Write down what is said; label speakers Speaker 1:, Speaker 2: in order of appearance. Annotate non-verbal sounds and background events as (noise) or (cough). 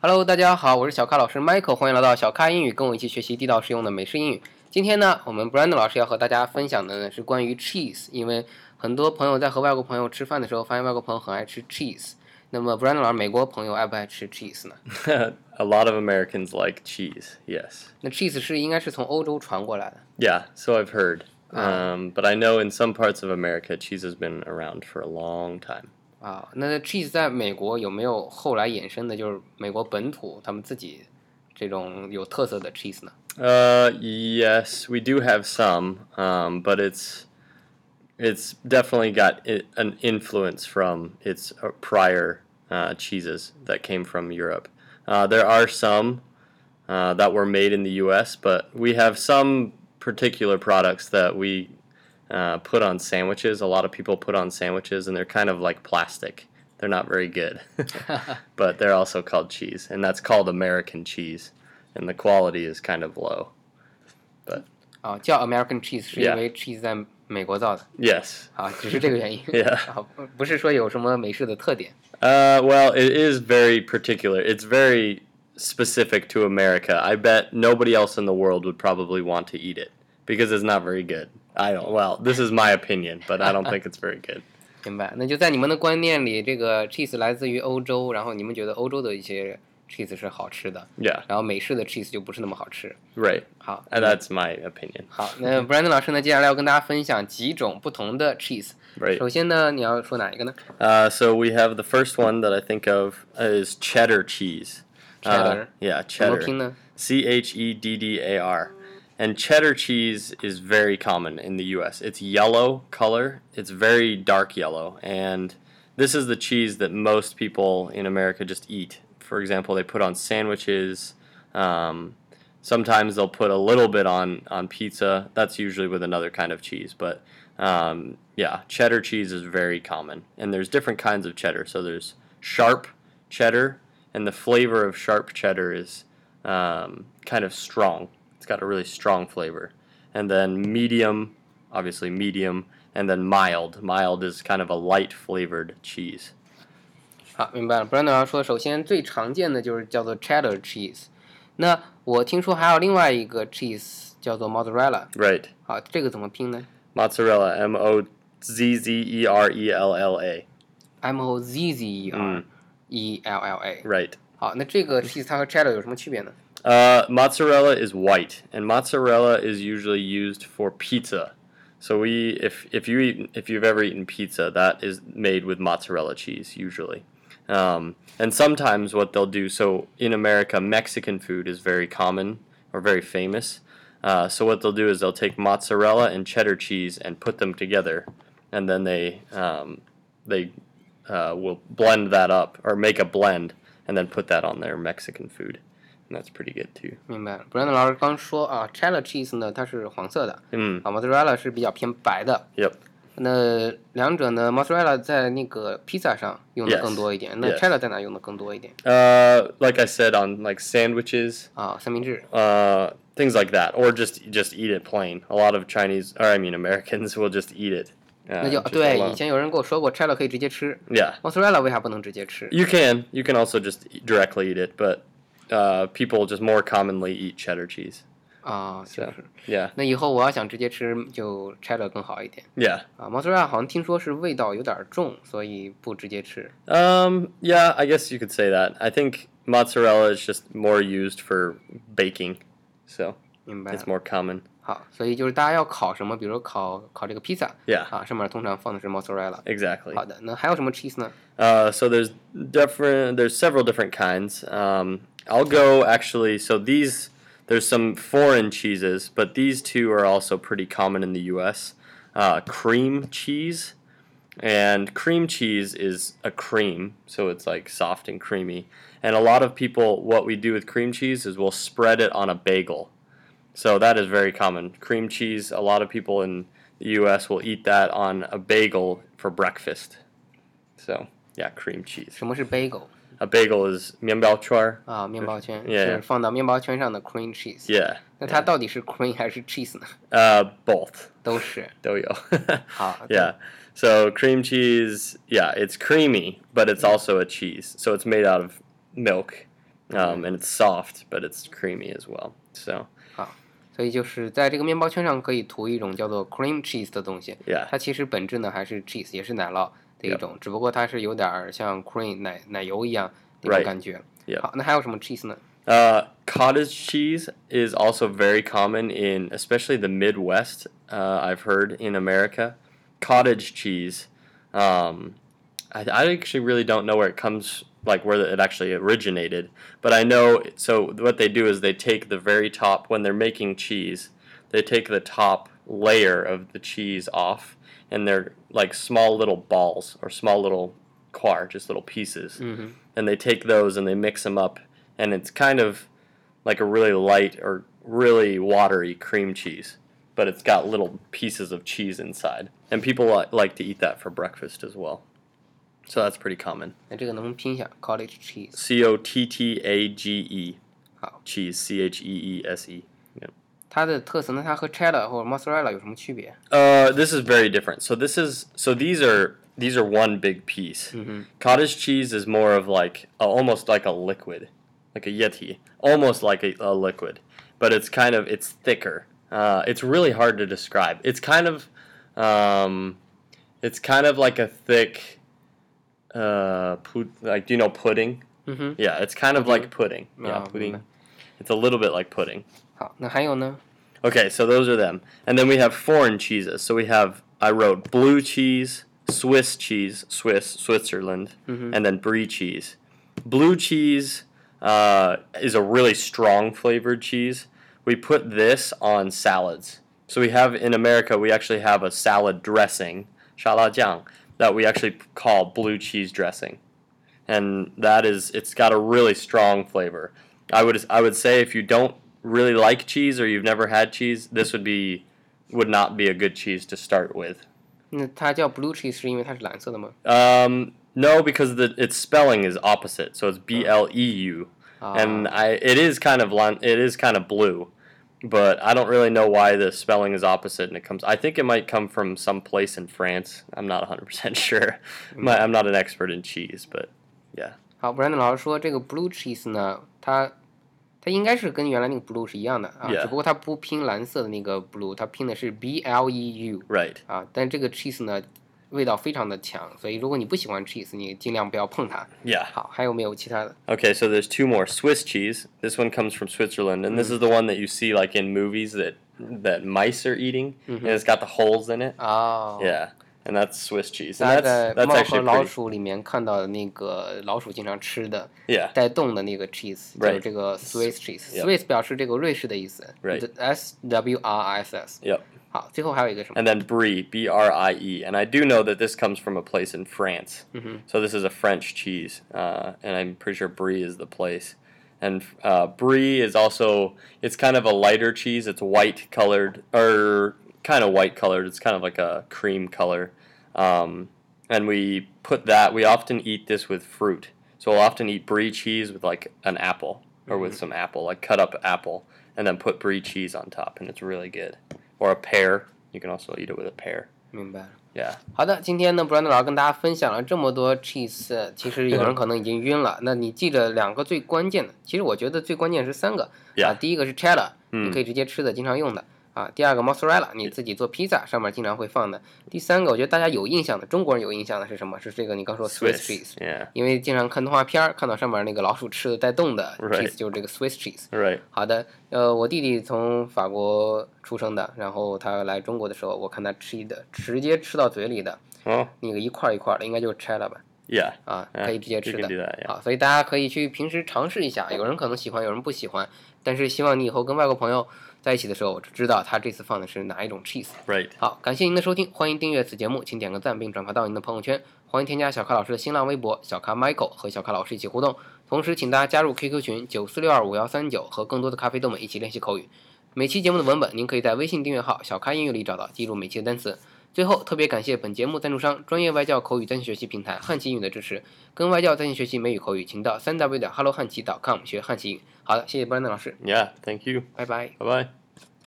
Speaker 1: Hello，大家好，我是小咖老师 Michael，欢迎来到小咖英语，跟我一起学习地道实用的美式英语。今天呢，我们 Brandon 老师要和大家分享的呢是关于 cheese，因为很多朋友在和外国朋友吃饭的时候，发现外国朋友很爱吃 cheese。那么 Brandon 老师，美国朋友爱不爱吃 cheese 呢？ (laughs)
Speaker 2: (laughs) a lot of Americans like cheese, yes.
Speaker 1: 那 cheese 是应该是从欧洲传过来的。
Speaker 2: Yeah, so I've heard. Um, but I know in some parts of America, cheese has been around for a long time.
Speaker 1: 啊，那 cheese 在美国有没有后来衍生的，就是美国本土他们自己这种有特色的 cheese 呢？
Speaker 2: Uh, yes, we do have some, um, but it's it's definitely got i an influence from its uh, prior uh, cheeses that came from Europe. Uh, there are some uh, that were made in the U.S., but we have some particular products that we uh, put on sandwiches. A lot of people put on sandwiches, and they're kind of like plastic. They're not very good, (laughs) but they're also called cheese, and that's called American cheese, and the quality is kind of low.
Speaker 1: 啊，叫 American cheese 是因
Speaker 2: Yeah
Speaker 1: 为 cheese 在美国造的
Speaker 2: Yes.
Speaker 1: 啊，只是这个原因。
Speaker 2: (laughs) Yeah.
Speaker 1: 啊，不不是说有什么美式的特点
Speaker 2: Uh, well, it is very particular. It's very specific to America. I bet nobody else in the world would probably want to eat it because it's not very good. I don't. Well, this is my opinion, but I don't think it's very good.
Speaker 1: 明白？那就在你们的观念里，这个 cheese 来自于欧洲，然后你们觉得欧洲的一些 cheese 是好吃的，
Speaker 2: Yeah.
Speaker 1: 然后美式的 cheese 就不是那么好吃。
Speaker 2: Right.
Speaker 1: 好，
Speaker 2: And that's my opinion.
Speaker 1: 好，那 Brandon 老师呢，接下来要跟大家分享几种不同的 cheese。
Speaker 2: Right.
Speaker 1: 首先呢，你要说哪一个呢
Speaker 2: Uh, so we have the first one that I think of is cheddar cheese. Uh,
Speaker 1: Cheddar.
Speaker 2: yeah,
Speaker 1: 怎么
Speaker 2: cheddar.
Speaker 1: 拼呢？
Speaker 2: C H E D D A R. And cheddar cheese is very common in the US. It's yellow color, it's very dark yellow. And this is the cheese that most people in America just eat. For example, they put on sandwiches. Um, sometimes they'll put a little bit on, on pizza. That's usually with another kind of cheese. But um, yeah, cheddar cheese is very common. And there's different kinds of cheddar. So there's sharp cheddar, and the flavor of sharp cheddar is um, kind of strong. It's got a really strong flavor. And then medium, obviously medium, and then mild. Mild is kind of a light flavored cheese.
Speaker 1: 好，明白了。Brandon 老师说，首先最常见的就是叫做 cheddar cheese。那我听说还有另外一个 cheese 叫做 mozzarella，
Speaker 2: Right.
Speaker 1: 好，这个怎么拼呢
Speaker 2: Mozzarella, M O Z Z E R E L L A.
Speaker 1: ？M O Z Z E R
Speaker 2: 嗯
Speaker 1: E L L A。
Speaker 2: Right.
Speaker 1: 好，那这个 cheese 它和 cheddar 有什么区别呢？
Speaker 2: Uh, mozzarella is white, and mozzarella is usually used for pizza. So we, if if you eat, if you've ever eaten pizza, that is made with mozzarella cheese usually. Um, and sometimes what they'll do, so in America, Mexican food is very common or very famous. Uh, so what they'll do is they'll take mozzarella and cheddar cheese and put them together, and then they um, they uh, will blend that up or make a blend and then put that on their Mexican food. And that's pretty good too.
Speaker 1: 明白了。Brandon 老师刚说啊，cheddar cheese 呢它是黄色的，
Speaker 2: 嗯
Speaker 1: 啊，mozzarella 是比较偏白的。
Speaker 2: Mm, Yep.
Speaker 1: 那两者呢，mozzarella 在那个披萨上用的
Speaker 2: Yes.
Speaker 1: 更多一点，那
Speaker 2: Yes.
Speaker 1: cheddar 在哪用的更多一点？
Speaker 2: Uh, like I said, on like sandwiches,
Speaker 1: 啊，三明治。
Speaker 2: uh, things like that, or just just eat it plain. A lot of Chinese, or I mean Americans, (laughs) will just eat it. Uh,
Speaker 1: 那就
Speaker 2: just
Speaker 1: 对，以
Speaker 2: alone.
Speaker 1: 前有人跟我说过，cheddar 可以直接吃
Speaker 2: Yeah,
Speaker 1: ，mozzarella 为啥不能直接吃？
Speaker 2: you can. You can also just eat, directly eat it, but uh, people just more commonly eat cheddar cheese.
Speaker 1: 啊，就
Speaker 2: So
Speaker 1: 是。
Speaker 2: yeah,
Speaker 1: 那以后我要想直接吃，就 cheddar 更好一点
Speaker 2: yeah.
Speaker 1: 啊。mozzarella 好像听说是味道有点重，所以不直接吃。
Speaker 2: Um, yeah, I guess you could say that. I think mozzarella is just more used for baking, so
Speaker 1: 明白了
Speaker 2: it's more common.
Speaker 1: 好，所以就是大家要烤什么，比如烤烤这个披萨
Speaker 2: Yeah,
Speaker 1: 啊，上面通常放的是 mozzarella。
Speaker 2: exactly.
Speaker 1: 好的，那还有什么 cheese 呢？
Speaker 2: Uh, so there's different. There's several different kinds. Um, I'll go actually. So these there's some foreign cheeses, but these two are also pretty common in the U.S. Uh, cream cheese, and cream cheese is a cream, so it's like soft and creamy. And a lot of people, what we do with cream cheese is we'll spread it on a bagel. So that is very common. Cream cheese. A lot of people in the U.S. will eat that on a bagel for breakfast. So yeah, cream cheese.
Speaker 1: 什么是 bagel
Speaker 2: A bagel is 面包圈儿.
Speaker 1: 啊？面包圈
Speaker 2: Yeah.
Speaker 1: 是放到面包圈上的 cream cheese。
Speaker 2: Yeah.
Speaker 1: 那它到底是 cream 还是 cheese 呢？ (laughs)
Speaker 2: Uh, both.
Speaker 1: 都是。
Speaker 2: (laughs) 都有.
Speaker 1: 好的
Speaker 2: yeah. So cream cheese, yeah, it's creamy, but it's also a cheese. So it's made out of milk um, and it's soft, but it's creamy as well. So
Speaker 1: 所以就是在这个面包圈上可以涂一种叫做 cream cheese 的东西，
Speaker 2: yeah,
Speaker 1: 它其实本质呢还是 cheese，也是奶酪的一
Speaker 2: Yep.
Speaker 1: 种只不过它是有点儿像 cream 奶奶油一样那种
Speaker 2: Right.
Speaker 1: 感觉。
Speaker 2: Yep.
Speaker 1: 好，那还有什么 cheese 呢？
Speaker 2: Uh, cottage cheese is also very common in, especially the Midwest. Uh, I've heard in America, cottage cheese. Um, I, I actually really don't know where it comes, like where it actually originated, but I know. So what they do is they take the very top when they're making cheese, they take the top layer of the cheese off, and they're like small little balls or small little quar, just little pieces
Speaker 1: Mhm.
Speaker 2: and they take those and they mix them up and it's kind of like a really light or really watery cream cheese but it's got little pieces of cheese inside and people li- like to eat that for breakfast as well so that's pretty common
Speaker 1: 那这个能不能拼一下 cottage cheese？
Speaker 2: c-o-t-t-a-g-e
Speaker 1: 好。
Speaker 2: E. cheese E c-h-e-e-s-e
Speaker 1: 它的特色呢？它和 cheddar 或者 mozzarella 有什么区别？
Speaker 2: uh, this is very different so this is so these are these are one big piece
Speaker 1: Mhm.
Speaker 2: cottage cheese is more of like a, almost like a liquid like a yeti almost like a, a liquid but it's kind of it's thicker uh, it's really hard to describe it's kind of um, it's kind of like a thick uh, pud- like do you know pudding
Speaker 1: 嗯哼，
Speaker 2: yeah it's kind of like pudding yeah
Speaker 1: Yeah,
Speaker 2: pudding
Speaker 1: remember.
Speaker 2: it's a little bit like pudding
Speaker 1: 好，那还有呢？
Speaker 2: Okay, so those are them. And then we have foreign cheeses. So we have, I wrote blue cheese, Swiss cheese, Swiss, Switzerland, and then brie cheese. Blue cheese uh, is a really strong flavored cheese. We put this on salads. So we have, in America, we actually have a salad dressing, jiang, that we actually call blue cheese dressing. And that is, it's got a really strong flavor. I would I would say if you don't really like cheese or you've never had cheese, this would be would not be a good cheese to start with.
Speaker 1: 那它叫 blue cheese 是因为它是蓝色的吗？
Speaker 2: Um, no, because the its spelling is opposite, so it's B L E U,
Speaker 1: 啊
Speaker 2: and I it is kind of lon- it is kind of blue, but I don't really know why the spelling is opposite, and it comes. I think it might come from some place in France. I'm not 100 percent (laughs) sure. My, I'm not an expert in cheese, but yeah.
Speaker 1: 好，Brandon 老师说这个 blue cheese 呢，它它应该是跟原来那个 blue 是一样的啊
Speaker 2: Yeah.
Speaker 1: 只不过它不拼蓝色的那个 blue，它拼的是 b l e u
Speaker 2: Right.
Speaker 1: 啊，但这个 cheese 呢，味道非常的强，所以如果你不喜欢 cheese，你尽量不要碰它。
Speaker 2: Yeah.
Speaker 1: 好，还有没有其他的？
Speaker 2: Okay, so there's two more Swiss cheese. This one comes from Switzerland, and this is the one that you see like in movies that that mice are eating, and it's got the holes in it.
Speaker 1: 哦、
Speaker 2: Yeah, and that's Swiss cheese, and
Speaker 1: 大家在
Speaker 2: that's that's
Speaker 1: 猫和
Speaker 2: actually
Speaker 1: 老
Speaker 2: pretty,
Speaker 1: 鼠里面看到的那个老鼠经常吃的
Speaker 2: yeah,
Speaker 1: 带冻的那个 cheese，就是
Speaker 2: Right.
Speaker 1: 这个 Swiss cheese。
Speaker 2: Yeah.
Speaker 1: Swiss 表示这个瑞士的意思
Speaker 2: Right.
Speaker 1: S W R S S。
Speaker 2: yep.
Speaker 1: 好，最后还有一个什么？
Speaker 2: And then brie, B R I E, and I do know that this comes from a place in France. So this is a French cheese, uh, and I'm pretty sure brie is the place. And uh, brie is also it's kind of a lighter cheese. It's white colored or kind of white colored. It's kind of like a cream color. Um, and we put that. We often eat this with fruit. So we'll often eat brie cheese with like an apple or with some apple, like cut up apple, and then put brie cheese on top, and it's really good. Or a pear. You can also eat it with a pear.
Speaker 1: 明白了。
Speaker 2: Yeah.
Speaker 1: 好的，今天呢，Brandon 老师跟大家分享了这么多 cheese，呃其实有人可能已经晕了。那你记着两个最关键的，其实我觉得最关键是三个啊。
Speaker 2: Yeah.
Speaker 1: 第一个是 cheddar，
Speaker 2: 嗯
Speaker 1: 你可以直接吃的，经常用的啊。第二个 mozzarella，你自己做披萨上面经常会放的。第三个，我觉得大家有印象的，中国人有印象的是什么？是这个你刚说 Swiss cheese，
Speaker 2: Yeah.
Speaker 1: 因为经常看动画片儿，看到上面那个老鼠吃的带动的
Speaker 2: Right
Speaker 1: cheese 就是这个 Swiss cheese。
Speaker 2: Right.
Speaker 1: 好的，呃，我弟弟从法国出生的，然后他来中国的时候，我看他吃的，直接吃到嘴里的，
Speaker 2: Well.
Speaker 1: 那个一块儿一块儿的，应该就是 cheddar 吧，
Speaker 2: Yeah.
Speaker 1: 啊，
Speaker 2: Yeah,
Speaker 1: 可以直接吃
Speaker 2: you
Speaker 1: 的
Speaker 2: can do that, yeah.
Speaker 1: 啊，所以大家可以去平时尝试一下，有人可能喜欢，有人不喜欢，但是希望你以后跟外国朋友在一起的时候，知道他这次放的是哪一种 cheese。
Speaker 2: Right.
Speaker 1: 好，感谢您的收听，欢迎订阅此节目，请点个赞并转发到您的朋友圈，欢迎添加小咖老师的新浪微博小咖 Michael 和小咖老师一起互动，同时请大家加入 QQ 群九四六二五幺三九，和更多的咖啡豆们一起练习口语。每期节目的文本您可以在微信订阅号小咖英语里找到，记录每期的单词。最后，特别感谢本节目赞助商专业外教口语在线学习平台汉奇英语的支持，跟外教在线学习美语口语，请到三 w 点 hello 汉奇 .com 学汉奇英语。好的，谢谢 Brandon 老师，
Speaker 2: Yeah. Thank you.
Speaker 1: 拜拜。
Speaker 2: Bye bye.